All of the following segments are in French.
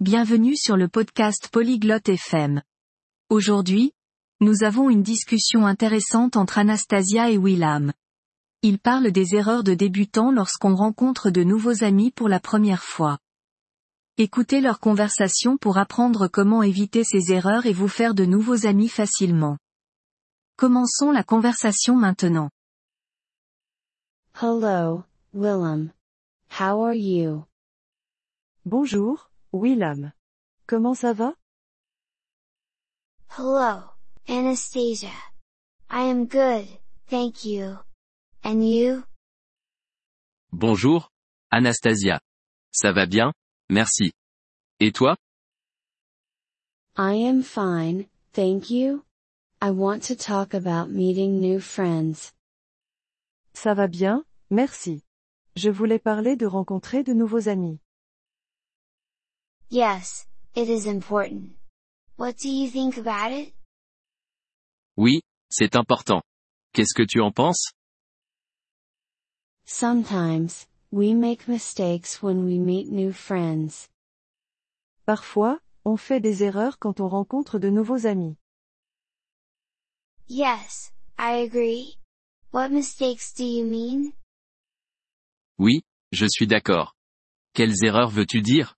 Bienvenue sur le podcast Polyglotte FM. Aujourd'hui, nous avons une discussion intéressante entre Anastasia et Willam. Ils parlent des erreurs de débutants lorsqu'on rencontre de nouveaux amis pour la première fois. Écoutez leur conversation pour apprendre comment éviter ces erreurs et vous faire de nouveaux amis facilement. Commençons la conversation maintenant. Hello, Willem. How are you? Bonjour, Willam. Comment ça va? Hello, Anastasia. I am good, thank you. And you? Bonjour, Anastasia. Ça va bien, merci. Et toi? I am fine, thank you. I want to talk about meeting new friends. Ça va bien, merci. Je voulais parler de rencontrer de nouveaux amis. Yes, it is important. What do you think about it? Oui, c'est important. Qu'est-ce que tu en penses? Sometimes, we make mistakes when we meet new friends. Parfois, on fait des erreurs quand on rencontre de nouveaux amis. Yes, I agree. What mistakes do you mean? Oui, je suis d'accord. Quelles erreurs veux-tu dire?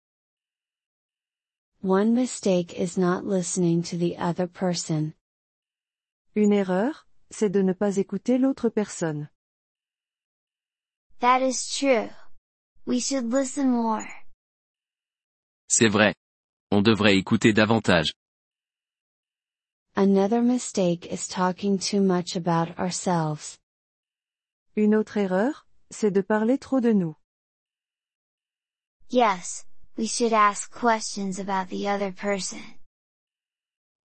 One mistake is not listening to the other person. Une erreur, c'est de ne pas écouter l'autre personne. That is true. We should listen more. C'est vrai. On devrait écouter davantage. Another mistake is talking too much about ourselves. Une autre erreur, c'est de parler trop de nous. Yes, we should ask questions about the other person.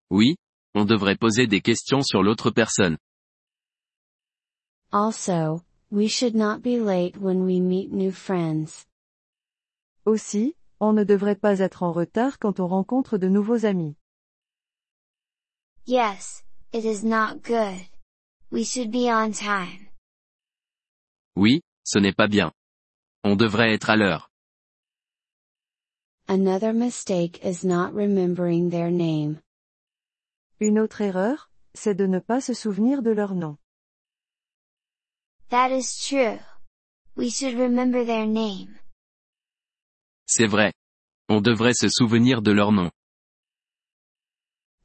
Oui, on devrait poser des questions sur l'autre personne. Also, we should not be late when we meet new friends. Aussi, on ne devrait pas être en retard quand on rencontre de nouveaux amis. Yes, it is not good. We should be on time. Oui, ce n'est pas bien. On devrait être à l'heure. Another mistake is not remembering their name. Une autre erreur, c'est de ne pas se souvenir de leur nom. That is true. We should remember their name. C'est vrai. On devrait se souvenir de leur nom.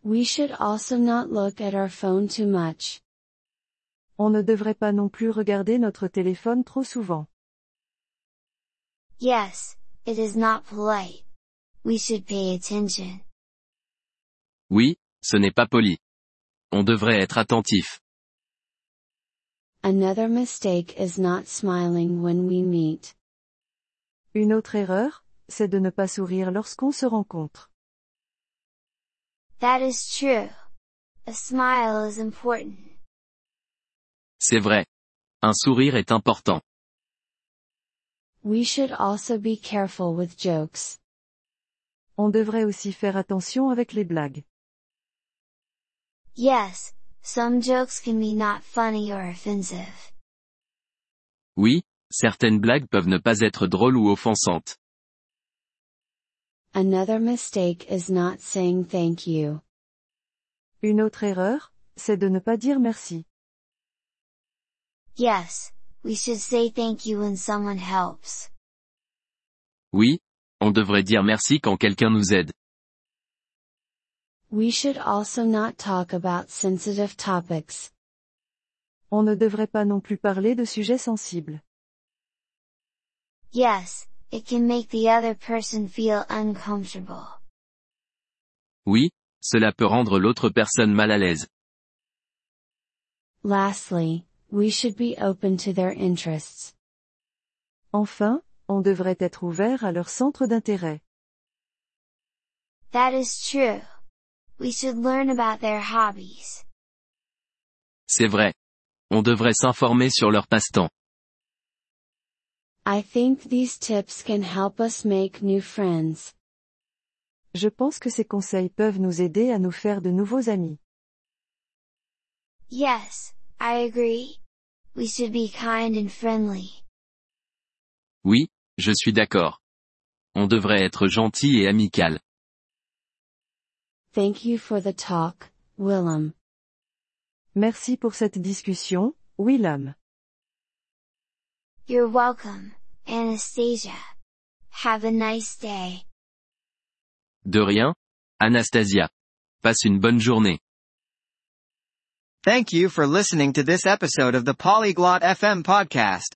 We should also not look at our phone too much. On ne devrait pas non plus regarder notre téléphone trop souvent. Yes, it is not polite. We should pay attention. Oui, ce n'est pas poli. On devrait être attentif. Another mistake is not smiling when we meet. Une autre erreur, c'est de ne pas sourire lorsqu'on se rencontre. That is true. A smile is important. C'est vrai. Un sourire est important. We should also be careful with jokes. On devrait aussi faire attention avec les blagues. Yes, some jokes can be not funny or offensive. Oui, certaines blagues peuvent ne pas être drôles ou offensantes. Another mistake is not saying thank you. Une autre erreur, c'est de ne pas dire merci. Yes, we should say thank you when someone helps. Oui, on devrait dire merci quand quelqu'un nous aide. We should also not talk about sensitive topics. On ne devrait pas non plus parler de sujets sensibles. Yes, it can make the other person feel uncomfortable. Oui, cela peut rendre l'autre personne mal à l'aise. Lastly, we should be open to their interests. Enfin, on devrait être ouvert à leur centre d'intérêt. That is true. We should learn about their hobbies. C'est vrai. On devrait s'informer sur leur passe-temps. I think these tips can help us make new friends. Je pense que ces conseils peuvent nous aider à nous faire de nouveaux amis. Yes, I agree. We should be kind and friendly. Oui, je suis d'accord. On devrait être gentil et amical. Thank you for the talk, Willem. Merci pour cette discussion, Willem. You're welcome, Anastasia. Have a nice day. De rien. Anastasia. Passe une bonne journée. Thank you for listening to this episode of the Polyglot FM podcast.